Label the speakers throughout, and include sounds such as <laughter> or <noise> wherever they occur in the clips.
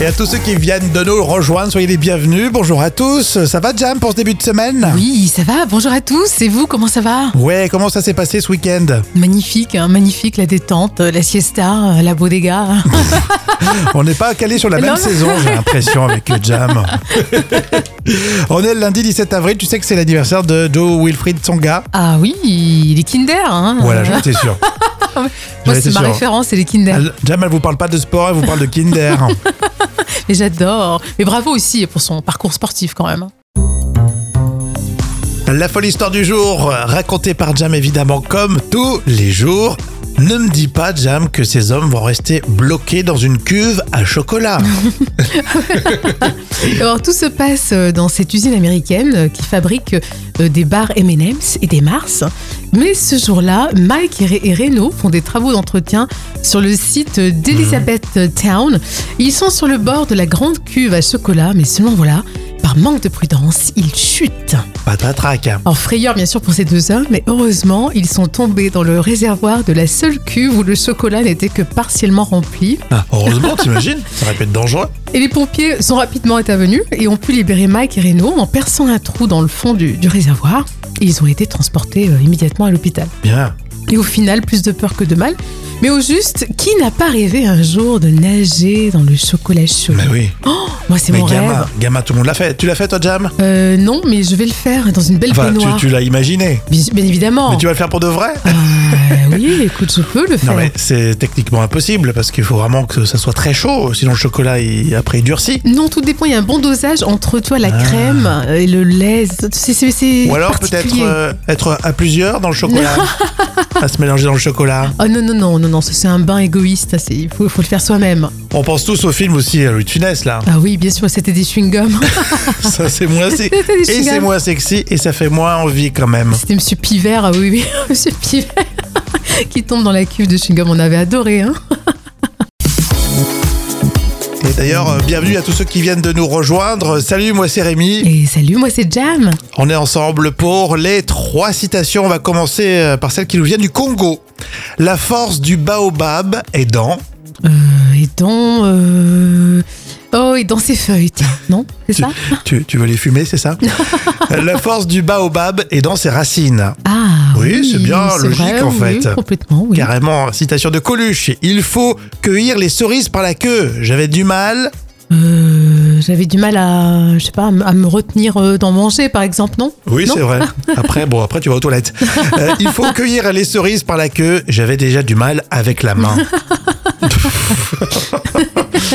Speaker 1: Et à tous ceux qui viennent de nous rejoindre, soyez les bienvenus. Bonjour à tous. Ça va, Jam, pour ce début de semaine
Speaker 2: Oui, ça va, bonjour à tous, et vous, comment ça va
Speaker 1: Ouais, comment ça s'est passé ce week-end
Speaker 2: Magnifique, hein, magnifique, la détente, euh, la siesta, euh, la bodega.
Speaker 1: On n'est pas calé sur la même
Speaker 2: <laughs> Non.
Speaker 1: saison, j'ai l'impression, avec le
Speaker 2: <laughs>
Speaker 1: Jam. On est le lundi 17 avril. Tu sais que c'est l'anniversaire de Joe Wilfried Tsonga.
Speaker 2: Ah oui, les Kinder. hein.
Speaker 1: Voilà, j'en étais
Speaker 2: <laughs>
Speaker 1: sûr. j'en
Speaker 2: Moi,
Speaker 1: étais
Speaker 2: c'est ma
Speaker 1: sûr.
Speaker 2: référence, c'est les Kinder.
Speaker 1: Elle- Jam, elle vous parle pas de sport, elle vous parle de Kinder.
Speaker 2: <laughs> Mais j'adore. Mais bravo aussi pour son parcours sportif quand même.
Speaker 1: La folle histoire du jour, racontée par Jam évidemment comme tous les jours. Ne me dis pas, Jam, que ces hommes vont rester bloqués dans une cuve à
Speaker 2: <laughs>
Speaker 1: chocolat.
Speaker 2: Alors, tout se passe euh, dans cette usine américaine euh, qui fabrique euh, des bars M&M's et des Mars. Mais ce jour-là, Mike et, Re- et Reno font des travaux d'entretien sur le site d'Elizabeth Town. Ils sont sur le bord de la grande cuve à chocolat, mais selon voilà, par manque de prudence, ils chutent.
Speaker 1: Patatrac.
Speaker 2: En frayeur bien sûr pour ces deux hommes, mais heureusement, ils sont tombés dans le réservoir de la seule cuve où le chocolat n'était que partiellement rempli.
Speaker 1: Ah, heureusement, <laughs> t'imagines Ça aurait pu être dangereux.
Speaker 2: Et les pompiers sont rapidement intervenus et ont pu libérer Mike et Reno en perçant un trou dans le fond du, du réservoir. Et ils ont été transportés euh, immédiatement à l'hôpital.
Speaker 1: Bien.
Speaker 2: Et au final, plus de peur que de mal. Mais au juste, qui n'a pas rêvé un jour de nager dans le chocolat chaud
Speaker 1: Mais oui.
Speaker 2: Oh, Moi, c'est
Speaker 1: Mais
Speaker 2: mon
Speaker 1: gamin,
Speaker 2: rêve.
Speaker 1: gamin, tout le monde l'a fait. Tu l'as fait, toi, Jam
Speaker 2: Euh, non, mais je vais le faire dans une belle
Speaker 1: Enfin, tu,
Speaker 2: baignoire.
Speaker 1: tu l'as imaginé.
Speaker 2: Bien, bien évidemment.
Speaker 1: Mais tu vas le faire pour de
Speaker 2: <laughs>
Speaker 1: vrai <laughs>
Speaker 2: Ah, oui, écoute, je peux le faire.
Speaker 1: Non, mais c'est techniquement impossible parce qu'il faut vraiment que ça soit très chaud. Sinon, le chocolat, il- après, il durcit.
Speaker 2: Non, tout dépend. Il y a un bon dosage entre toi, la
Speaker 1: Ah.
Speaker 2: crème et le lait. C'est- C'est c'est
Speaker 1: Ou alors, peut-être
Speaker 2: particulier.
Speaker 1: euh, être à plusieurs dans le
Speaker 2: <laughs>
Speaker 1: chocolat. à se mélanger dans le chocolat.
Speaker 2: Oh non, non, non, non, non, ça, c'est un bain égoïste. ça, c'est- Il faut, faut le faire soi-même.
Speaker 1: On pense tous au film aussi, à Louis de Funès,
Speaker 2: <laughs>
Speaker 1: là.
Speaker 2: Ah oui, bien sûr, c'était des chewing-gums.
Speaker 1: Ça, <laughs> c'est moins sexy.
Speaker 2: C'était des
Speaker 1: Et c'est
Speaker 2: chewing-gums.
Speaker 1: moins sexy et ça fait moins envie quand même.
Speaker 2: C'était Monsieur Pivert, ah oui, <laughs> oui, Monsieur Pivert qui tombe dans la cuve de chewing-gum. On avait adoré, hein.
Speaker 1: Et d'ailleurs, euh, bienvenue à tous ceux qui viennent de nous rejoindre. Salut, moi c'est Rémi.
Speaker 2: Et salut, moi, c'est Jam. Euh,
Speaker 1: On est ensemble pour les trois citations. On va commencer euh, par celle qui nous vient du Congo. La force du baobab est dans.
Speaker 2: Euh, et dans. euh, Oh, et dans ses feuilles, tiens, non C'est
Speaker 1: Tu,
Speaker 2: ça
Speaker 1: tu, tu veux les fumer, c'est
Speaker 2: <laughs>
Speaker 1: ça La force du baobab est dans ses racines.
Speaker 2: Ah
Speaker 1: Oui, c'est bien logique,
Speaker 2: vrai,
Speaker 1: en
Speaker 2: oui,
Speaker 1: fait.
Speaker 2: Complètement, oui.
Speaker 1: Carrément, citation de Coluche. Il faut cueillir les cerises par la queue. J'avais du mal.
Speaker 2: Euh, J'avais du mal à, je sais pas, à me- à me retenir euh, d'en manger, par exemple, non
Speaker 1: Oui,
Speaker 2: Non
Speaker 1: c'est
Speaker 2: <laughs>
Speaker 1: vrai. Après, bon, après, tu vas aux toilettes. Euh, il faut cueillir les cerises par la queue. J'avais déjà du mal avec la
Speaker 2: <laughs>
Speaker 1: main.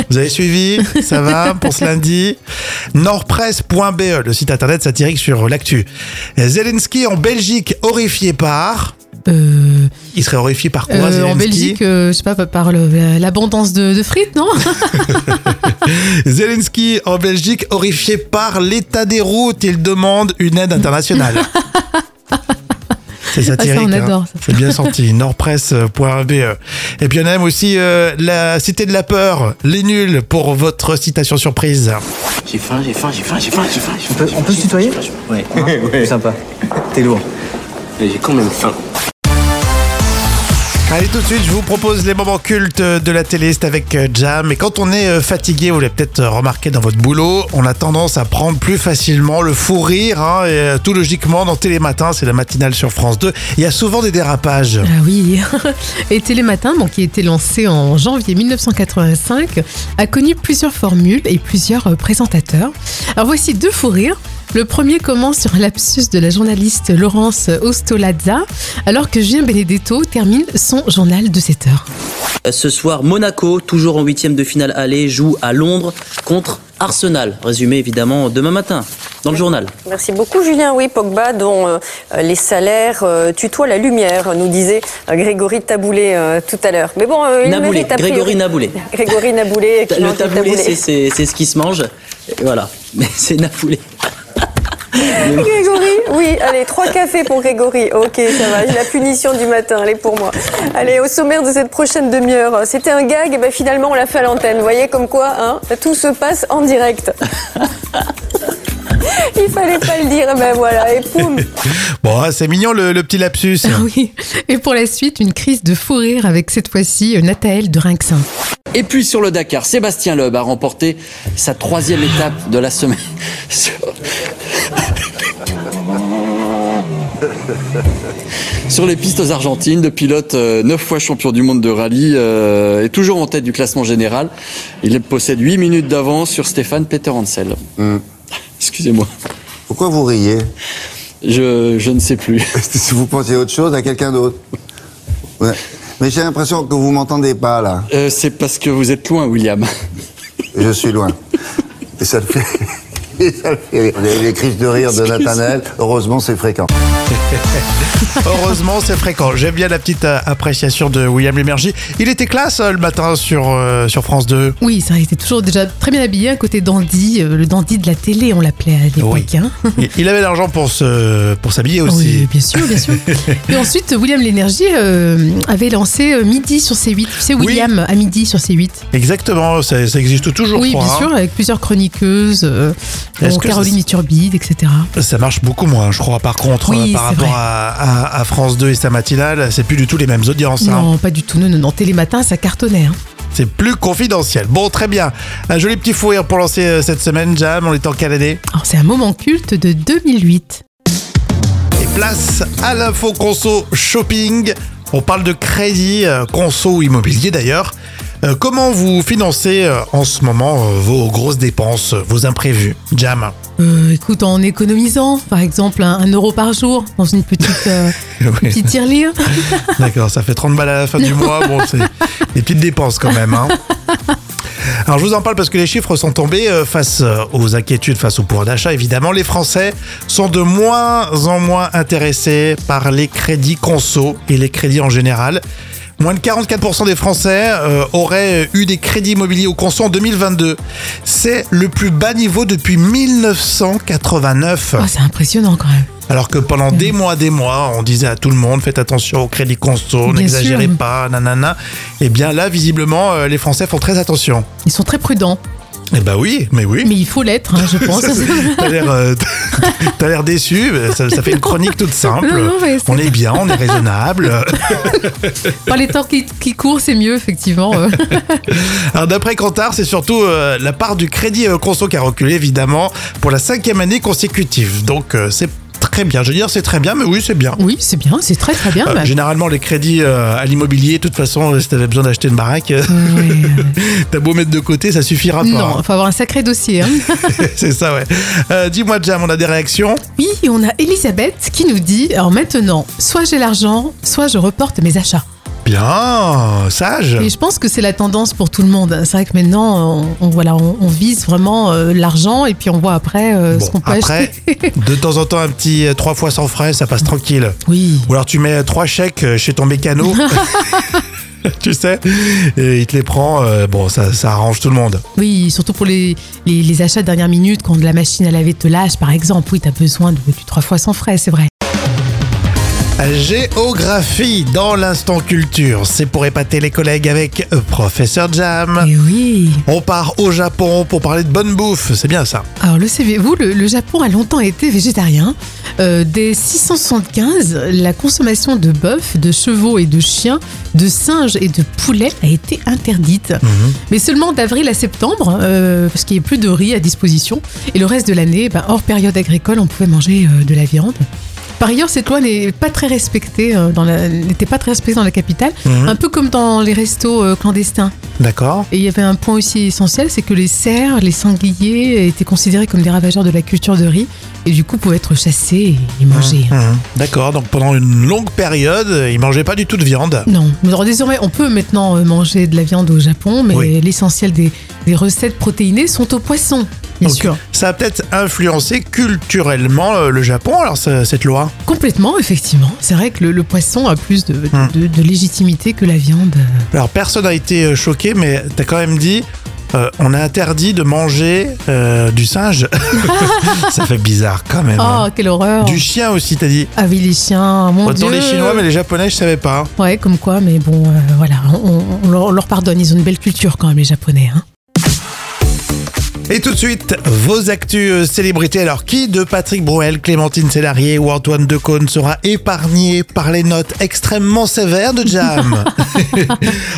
Speaker 1: Vous avez suivi Ça va pour ce lundi Nordpresse.be, E, le site internet satirique sur l'actu. Zelensky en Belgique, horrifié par.
Speaker 2: Euh,
Speaker 1: Il serait horrifié par quoi,
Speaker 2: euh,
Speaker 1: Zelensky
Speaker 2: en Belgique, euh, je sais pas, par le- euh, l'abondance de, de frites, non
Speaker 1: Zelensky en Belgique, horrifié par l'état des routes. Il demande une aide
Speaker 2: <laughs>
Speaker 1: internationale. C'est satirique.
Speaker 2: on
Speaker 1: hein.
Speaker 2: adore, Ah, ça.
Speaker 1: C'est bien
Speaker 2: <laughs>
Speaker 1: euh, senti. Nordpresse.be. Et puis on aime aussi euh, la cité de la peur, les nuls, pour votre citation surprise.
Speaker 3: J'ai faim, j'ai faim, j'ai faim, j'ai faim, j'ai faim. j'ai
Speaker 4: On peut,
Speaker 3: faim,
Speaker 4: on peut
Speaker 3: j'ai
Speaker 4: se tutoyer
Speaker 3: faim, j'ai faim.
Speaker 4: Ouais. Sympa. T'es lourd.
Speaker 3: Mais J'ai quand même faim.
Speaker 1: Allez, tout de suite, je vous propose les moments cultes de la télé. C'est avec euh, Jam. Et quand on est euh, fatigué, vous l'avez peut-être remarqué dans votre boulot, on a tendance à prendre plus facilement le fou rire. hein. et, euh, tout logiquement, dans Télématin, c'est la matinale sur France 2. Il y a souvent des
Speaker 2: <laughs>
Speaker 1: dérapages.
Speaker 2: Ah oui. Et Télématin, donc, qui a été lancé en janvier 1985, a connu plusieurs formules et plusieurs euh, présentateurs. Alors voici deux fous rires. Le premier commence sur un lapsus de la journaliste Laurence Ostolazza, alors que Julien Benedetto termine son journal de 7 heures.
Speaker 5: Euh, Ce soir, Monaco, toujours en huitième de finale aller, joue à Londres contre Arsenal. Résumé évidemment demain matin dans le journal.
Speaker 6: Merci beaucoup Julien. Oui, Pogba dont euh, les salaires euh, tutoient la lumière, nous disait euh, Grégory Taboulé euh, tout à l'heure. Mais bon, euh, il
Speaker 5: Naboulé,
Speaker 6: mérite a priori-
Speaker 5: Grégory Naboulé.
Speaker 6: Grégory Naboulé. qui
Speaker 5: Le
Speaker 6: mange du
Speaker 5: taboulé, c'est- c'est c'est ce qui se mange. Et voilà, <laughs> mais c'est Napoulé.
Speaker 6: <laughs> Grégory, oui, allez, trois cafés pour Grégory. Ok, ça va, la punition du matin, elle est pour moi. Allez, au sommaire de cette prochaine demi-heure, c'était un gag, et ben finalement on l'a
Speaker 5: <laughs>
Speaker 6: fait à l'antenne. Vous voyez comme quoi, hein, tout se passe en direct. Il fallait pas le dire, ben voilà, et poum
Speaker 1: Bon, ah, c'est mignon le, le petit
Speaker 2: <laughs>
Speaker 1: lapsus.
Speaker 2: Ah oui. Et pour la suite, une crise de fou rire avec cette fois-ci euh, Nathael de Rinxin.
Speaker 5: Et puis sur le Dakar, Sébastien Loeb a remporté sa troisième étape de la semaine. Sur, Sur les pistes argentines, de pilote euh, neuf fois champion du monde de rallye euh, est toujours en tête du classement général. Il possède 8 minutes d'avance sur Stéphane Peter Hansel. Excusez-moi,
Speaker 7: Pourquoi vous riez <laughs>
Speaker 5: je, je ne sais plus.
Speaker 7: Si vous pensez autre chose à quelqu'un d'autre. Ouais. Mais j'ai l'impression que vous m'entendez pas là.
Speaker 5: Euh, C'est parce que vous êtes loin, William.
Speaker 7: Je suis loin. Et ça le fait. <laughs> et ça le fait rire. Les, les crises de rire de
Speaker 5: Excusez-moi.
Speaker 7: Nathanaël, heureusement, c'est fréquent.
Speaker 1: Heureusement, c'est fréquent. J'aime bien la petite euh, appréciation de William Lémergie. Il était classe euh, le matin sur, euh, sur France 2.
Speaker 2: <laughs> Oui, ça, il était toujours déjà très bien habillé, un côté dandy, euh, le dandy de la télé, on l'appelait à l'époque.
Speaker 1: Oui.
Speaker 2: hein.
Speaker 1: Il- Il avait l'argent pour se pour s'habiller
Speaker 2: Oui,
Speaker 1: aussi.
Speaker 2: bien sûr, bien sûr.
Speaker 1: <laughs>
Speaker 2: Et ensuite, William L'Énergie euh, avait lancé euh, Midi sur C8. Tu sais,
Speaker 1: Oui.
Speaker 2: William à Midi sur C8.
Speaker 1: Exactement, ça, ça existe toujours. je
Speaker 2: oui,
Speaker 1: crois,
Speaker 2: bien
Speaker 1: hein.
Speaker 2: sûr, avec plusieurs chroniqueuses, euh,
Speaker 1: Est-ce
Speaker 2: dont
Speaker 1: que
Speaker 2: Caroline
Speaker 1: ça-
Speaker 2: Iturbide, etc.
Speaker 1: Ça marche beaucoup moins, je crois. Par contre,
Speaker 2: Oui,
Speaker 1: euh, par
Speaker 2: c'est
Speaker 1: rapport
Speaker 2: vrai.
Speaker 1: à, à- à France 2 et sa matinale, c'est plus du tout les mêmes audiences. hein.
Speaker 2: Non, pas du tout. Non, non, non. Télématin, ça cartonnait. hein.
Speaker 1: C'est plus confidentiel. Bon, très bien. Un joli petit fou rire pour lancer euh, cette semaine, Jam. On est en Canadé.
Speaker 2: Alors, c'est un moment culte de 2008.
Speaker 1: Et place à l'info conso shopping. On parle de crédit euh, conso ou immobilier d'ailleurs. Euh, comment vous financez euh, en ce moment euh, vos grosses dépenses, euh, vos imprévus Jam.
Speaker 2: Euh, écoute, en économisant, par exemple, un, un euro par jour dans une petite,
Speaker 1: <laughs>
Speaker 2: euh,
Speaker 1: Oui,
Speaker 2: petite tirelire.
Speaker 1: Bah. <laughs> D'accord, ça fait 30 balles à la fin du mois. Bon, c'est des petites dépenses quand même. hein. Alors je vous en parle parce que les chiffres sont tombés euh, face euh, aux inquiétudes, face au pouvoir d'achat évidemment. Les Français sont de moins en moins intéressés par les crédits conso et les crédits en général. Moins de 44% des Français euh, auraient eu des crédits immobiliers au conso en 2022. C'est le plus bas niveau depuis 1989.
Speaker 2: Oh, c'est impressionnant quand même.
Speaker 1: Alors que pendant des mois, des mois, on disait à tout le monde faites attention au crédit conso,
Speaker 2: Bien
Speaker 1: n'exagérez
Speaker 2: sûr.
Speaker 1: pas, nanana. Eh bien là, visiblement, euh, les Français font très attention.
Speaker 2: Ils sont très prudents,
Speaker 1: Eh ben oui, mais oui.
Speaker 2: <laughs> mais il faut l'être, hein, je
Speaker 1: <laughs>
Speaker 2: pense.
Speaker 1: Ça, c'est- T'as l'air, euh, <laughs> t'as l'air déçu, mais ça, ça fait une chronique toute simple.
Speaker 2: <laughs> Non, non, mais c'est-
Speaker 1: on est bien, on
Speaker 2: <laughs>
Speaker 1: est raisonnable.
Speaker 2: Par les temps qui, qui courent, c'est mieux, effectivement. euh.
Speaker 1: Alors, D'après Cantar, c'est surtout euh, la part du crédit euh, conso qui a reculé, évidemment, pour la cinquième année consécutive. Donc euh, c'est très bien. Je veux dire, c'est très bien, mais oui, c'est bien.
Speaker 2: <laughs> Oui, c'est bien, c'est très très bien.
Speaker 1: Euh,
Speaker 2: bah.
Speaker 1: généralement, les crédits euh, à l'immobilier, de toute façon, euh, si t'avais besoin d'acheter une baraque, euh,
Speaker 2: Ouais.
Speaker 1: t'as beau mettre de côté, ça suffira pas.
Speaker 2: Non, faut avoir un sacré
Speaker 1: <laughs>
Speaker 2: dossier. hein.
Speaker 1: hein. <laughs> C'est ça, ouais. Euh, Dis-moi, Jam, on a des réactions
Speaker 2: Oui, et on a Elisabeth qui nous dit alors maintenant, soit j'ai l'argent, soit je reporte mes achats.
Speaker 1: Bien, sage.
Speaker 2: Et je pense que c'est la tendance pour tout le monde. C'est vrai que maintenant, on, on- voilà, on, on vise vraiment euh, l'argent et puis on voit après euh,
Speaker 1: Bon,
Speaker 2: ce qu'on peut
Speaker 1: après,
Speaker 2: acheter. <laughs>
Speaker 1: de temps en temps, un petit euh, trois fois sans frais, ça passe tranquille.
Speaker 2: Oui.
Speaker 1: Ou alors tu mets trois chèques euh, chez ton mécano. <laughs> tu sais Et il te les prend. euh, bon, ça, ça arrange tout le monde.
Speaker 2: Oui, surtout pour les, les, les achats de dernière minute, quand la machine à laver te lâche, par exemple. Oui, t'as besoin de, du trois fois sans frais, c'est vrai.
Speaker 1: Géographie dans l'instant culture. C'est pour épater les collègues avec euh, Professeur Jam.
Speaker 2: Et Eh oui.
Speaker 1: On part au Japon pour parler de bonne bouffe, c'est bien ça.
Speaker 2: Alors, le saviez-vous, le, le Japon a longtemps été végétarien. Euh, dès 675, la consommation de bœuf, de chevaux et de chiens, de singes et de poulets a été interdite. Mais seulement d'avril à septembre, euh, parce qu'il n'y a plus de riz à disposition. Et le reste de l'année, ben, hors période agricole, on pouvait manger euh, de la viande. Par ailleurs, cette loi n'est pas très respectée euh, dans la- n'était pas très respectée dans la capitale,
Speaker 1: Mhm.
Speaker 2: un peu comme dans les restos euh, clandestins.
Speaker 1: D'accord.
Speaker 2: Et il y avait un point aussi essentiel, c'est que les cerfs, les sangliers étaient considérés comme des ravageurs de la culture de riz et du coup pouvaient être chassés et mangés.
Speaker 1: Mhm. D'accord, donc pendant une longue période, euh, ils mangeaient pas du tout de viande.
Speaker 2: Non, alors désormais on peut maintenant euh, manger de la viande au Japon, mais
Speaker 1: Oui.
Speaker 2: l'essentiel des, des recettes protéinées sont au poisson, bien
Speaker 1: Donc,
Speaker 2: sûr.
Speaker 1: Ça a peut-être influencé culturellement euh, le Japon, alors ce- cette loi.
Speaker 2: Complètement, effectivement. C'est vrai que le, le poisson a plus de, de-
Speaker 1: Hmm.
Speaker 2: de- de légitimité que la viande.
Speaker 1: Alors personne n'a été euh, choqué, mais t'as quand même dit. euh, on a interdit de manger euh, du
Speaker 2: <laughs>
Speaker 1: singe. ça fait bizarre quand même.
Speaker 2: Oh,
Speaker 1: hein.
Speaker 2: quelle horreur
Speaker 1: Du chien aussi, t'as dit.
Speaker 2: Ah oui, les chiens, mon
Speaker 1: Autant
Speaker 2: dieu
Speaker 1: les Chinois, mais les Japonais, je savais pas.
Speaker 2: Ouais, comme quoi, mais bon, euh, voilà, on, on- on leur, on leur pardonne, ils ont une belle culture quand même, les Japonais. hein.
Speaker 1: Et Et tout de suite, vos actus euh, célébrités. Alors, qui de Patrick Bruel, Clémentine Sélarié ou Antoine Decaune sera épargné par les notes extrêmement sévères de
Speaker 2: <laughs>
Speaker 1: Jam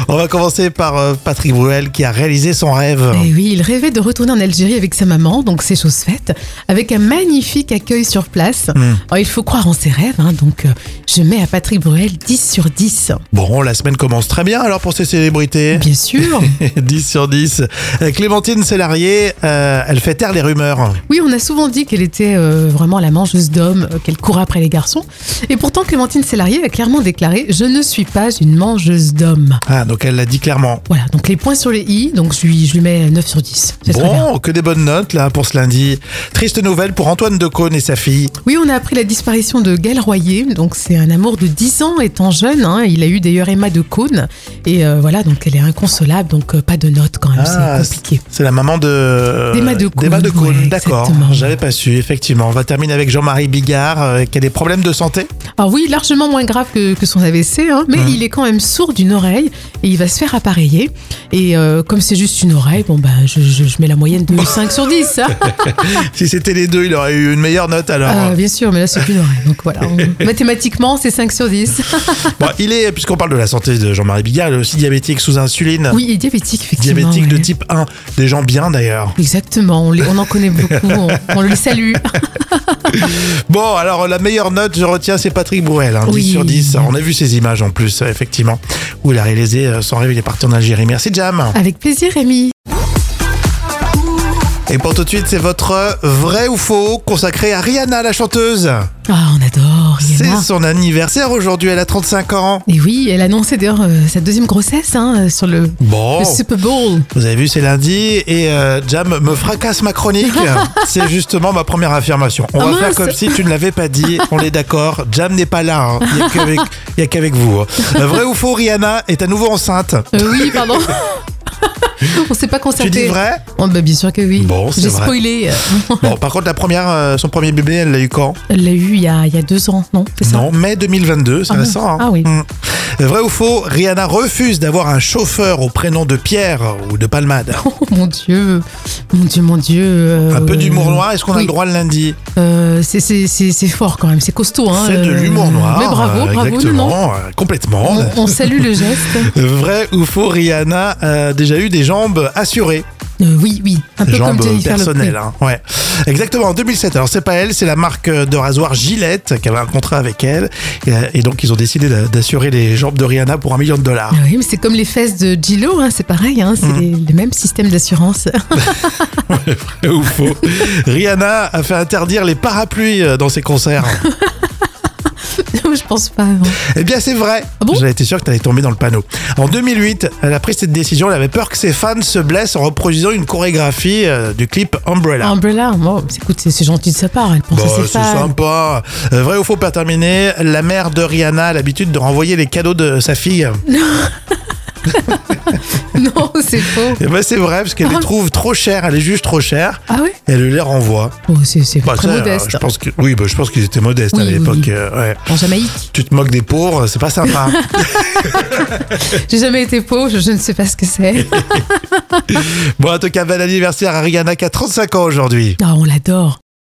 Speaker 1: On va commencer par euh, Patrick Bruel qui a réalisé son rêve.
Speaker 2: Eh oui, il rêvait de retourner en Algérie avec sa maman, donc c'est chose faite, avec un magnifique accueil sur place. Alors, il faut croire en ses rêves, hein, donc euh, je mets à Patrick Bruel 10 sur 10.
Speaker 1: Bon, la semaine commence très bien alors pour ces
Speaker 2: <laughs>
Speaker 1: célébrités.
Speaker 2: Bien sûr.
Speaker 1: 10 sur 10. Euh, Clémentine Sélarié, euh, elle fait taire les rumeurs.
Speaker 2: Oui, on a souvent dit qu'elle était euh, vraiment la mangeuse d'hommes, euh, qu'elle courait après les garçons. Et pourtant, Clémentine Sélarié a clairement déclaré Je ne suis pas une mangeuse d'hommes.
Speaker 1: Ah, donc elle l'a dit clairement.
Speaker 2: Voilà, donc les points sur les i, donc je lui, je lui mets 9 sur 10. C'est très bien.
Speaker 1: Bon, que des bonnes notes là pour ce lundi. Triste nouvelle pour Antoine Decaune et sa fille.
Speaker 2: Oui, on a appris la disparition de Gaël Royer. Donc, c'est un amour de 10 ans étant jeune. hein. Il a eu d'ailleurs Emma de Cône. Et euh, voilà, donc elle est inconsolable. Donc, euh, pas de notes quand même.
Speaker 1: Ah,
Speaker 2: c'est compliqué.
Speaker 1: C'est la maman de. euh,
Speaker 2: D'Emma Decaune,
Speaker 1: d'Emma Decaune,
Speaker 2: ouais,
Speaker 1: d'accord.
Speaker 2: exactement.
Speaker 1: J'avais pas su, effectivement. On va terminer avec Jean-Marie Bigard euh, qui a des problèmes de santé. <laughs>
Speaker 2: Alors, oui, largement moins grave que, que son AVC. hein, mais il est quand même sourd d'une oreille. Et il va se faire appareiller. Et euh, comme c'est juste une oreille, bon, ben, je, je- je mets la moyenne
Speaker 1: <laughs>
Speaker 2: de 5 sur 10. hein.
Speaker 1: si c'était les deux, il aurait eu une meilleure note alors.
Speaker 2: Ah, bien sûr, mais là, c'est qu'une oreille. Donc,
Speaker 1: <laughs>
Speaker 2: voilà. on- Mathématiquement, c'est 5 sur 10.
Speaker 1: Bon, il est, puisqu'on parle de la santé de Jean-Marie Bigard, il est aussi diabétique sous insuline.
Speaker 2: oui, et diabétique, effectivement.
Speaker 1: Diabétique de
Speaker 2: ouais.
Speaker 1: type 1. Des gens bien d'ailleurs.
Speaker 2: Exactement, on, les- on en connaît beaucoup, on, on
Speaker 1: <laughs>
Speaker 2: le salue.
Speaker 1: Bon, alors la meilleure note, je retiens, c'est Patrick Bruel, hein, 10
Speaker 2: Oui.
Speaker 1: sur 10. On a vu ces images en plus, euh, effectivement, où il a réalisé euh, son rêve, il est parti en Algérie. Merci Jam.
Speaker 2: Avec plaisir, Rémi.
Speaker 1: Et pour tout de suite, c'est votre vrai ou faux consacré à Rihanna, la chanteuse.
Speaker 2: Ah, on adore
Speaker 1: C'est
Speaker 2: Rihanna.
Speaker 1: son anniversaire aujourd'hui, elle a 35 ans.
Speaker 2: Et oui, elle annonçait d'ailleurs euh, sa deuxième grossesse hein, euh, sur le,
Speaker 1: Bon,
Speaker 2: le Super Bowl.
Speaker 1: vous avez vu, c'est lundi et euh, Jam me fracasse ma
Speaker 2: <laughs>
Speaker 1: chronique. c'est justement ma première affirmation. On
Speaker 2: Ah
Speaker 1: va
Speaker 2: mince.
Speaker 1: faire comme si tu ne l'avais pas dit. On est d'accord. Jam n'est pas là. hein. Il n'y a qu'avec- il n'y a qu'avec vous. hein. Vrai ou faux, Rihanna est à nouveau enceinte.
Speaker 2: Euh, oui,
Speaker 1: <laughs>
Speaker 2: pardon. on s'est pas
Speaker 1: Tu
Speaker 2: concerté.
Speaker 1: dis
Speaker 2: <laughs>
Speaker 1: vrai
Speaker 2: Oh, bah, Bien sûr que oui.
Speaker 1: Bon, c'est
Speaker 2: J'ai
Speaker 1: vrai.
Speaker 2: spoilé. euh,
Speaker 1: Bon, par contre, la première, euh, son premier bébé, elle l'a eu quand
Speaker 2: Elle l'a eu il y, a, il y a deux ans, non C'est ça
Speaker 1: Non, mai 2022, c'est
Speaker 2: Ah,
Speaker 1: récent. hein.
Speaker 2: ah oui.
Speaker 1: Mm. Vrai ou faux, Rihanna refuse d'avoir un chauffeur au prénom de Pierre ou de Palmade.
Speaker 2: Oh <laughs> mon Dieu, mon Dieu, mon Dieu. euh,
Speaker 1: Un peu d'humour noir, est-ce qu'on a
Speaker 2: oui.
Speaker 1: le droit le lundi
Speaker 2: Euh, c'est- C'est c'est- c'est fort quand même, c'est costaud. Hein,
Speaker 1: C'est de
Speaker 2: euh,
Speaker 1: l'humour noir.
Speaker 2: Mais bravo,
Speaker 1: euh,
Speaker 2: bravo, non, non. Oh.
Speaker 1: Exactement, euh, complètement.
Speaker 2: On, on salue le geste.
Speaker 1: Vrai ou faux, Rihanna a déjà eu des jambes assurées.
Speaker 2: Euh, oui, oui, un peu
Speaker 1: jambes
Speaker 2: comme Jennifer
Speaker 1: personnelles.
Speaker 2: Lopez.
Speaker 1: hein, ouais. Exactement, en 2007. Alors, c'est pas elle, c'est la marque de rasoir Gillette qui avait un contrat avec elle. Et, euh, Et donc, ils ont décidé d'a- d'assurer les jambes de Rihanna pour un million de
Speaker 2: <laughs>
Speaker 1: dollars.
Speaker 2: Ah Oui, mais c'est comme les fesses de Gillo, hein, c'est pareil, hein,
Speaker 1: Mm.
Speaker 2: c'est les- le même système d'assurance. <laughs>
Speaker 1: Vrai ou faux <laughs> Rihanna a fait interdire les parapluies euh, dans ses concerts.
Speaker 2: Je pense pas. non.
Speaker 1: eh bien, c'est vrai.
Speaker 2: Ah bon
Speaker 1: J'avais été sûr que t'allais tomber dans le panneau. En 2008, elle a pris cette décision. Elle avait peur que ses fans se blessent en reproduisant une chorégraphie euh, du clip Umbrella.
Speaker 2: Umbrella, bon, c'est- écoute, c'est c'est gentil de sa part, elle pense
Speaker 1: Bah,
Speaker 2: à ses
Speaker 1: c'est
Speaker 2: fans.
Speaker 1: sympa. Euh, Vrai ou faux, pas terminé. La mère de Rihanna a l'habitude de renvoyer les cadeaux de sa fille.
Speaker 2: <laughs> Non, c'est faux.
Speaker 1: Eh ben, c'est vrai, parce qu'elle les trouve trop chères. Elle les juge trop chères.
Speaker 2: Ah oui
Speaker 1: Elle les renvoie.
Speaker 2: oh, C'est c'est
Speaker 1: Bah,
Speaker 2: très
Speaker 1: ça, euh,
Speaker 2: modeste.
Speaker 1: Je pense que, oui, bah, je pense qu'ils étaient modestes
Speaker 2: Oui,
Speaker 1: à
Speaker 2: oui,
Speaker 1: l'époque.
Speaker 2: oui.
Speaker 1: euh, ouais.
Speaker 2: En Jamaïque,
Speaker 1: Tu te moques des pauvres, c'est pas
Speaker 2: <laughs>
Speaker 1: sympa.
Speaker 2: j'ai jamais été pauvre, je, je ne sais pas ce
Speaker 1: <laughs>
Speaker 2: que c'est.
Speaker 1: Bon, en tout cas, bel anniversaire à Rihanna qui a 35 ans aujourd'hui.
Speaker 2: Ah, on l'adore.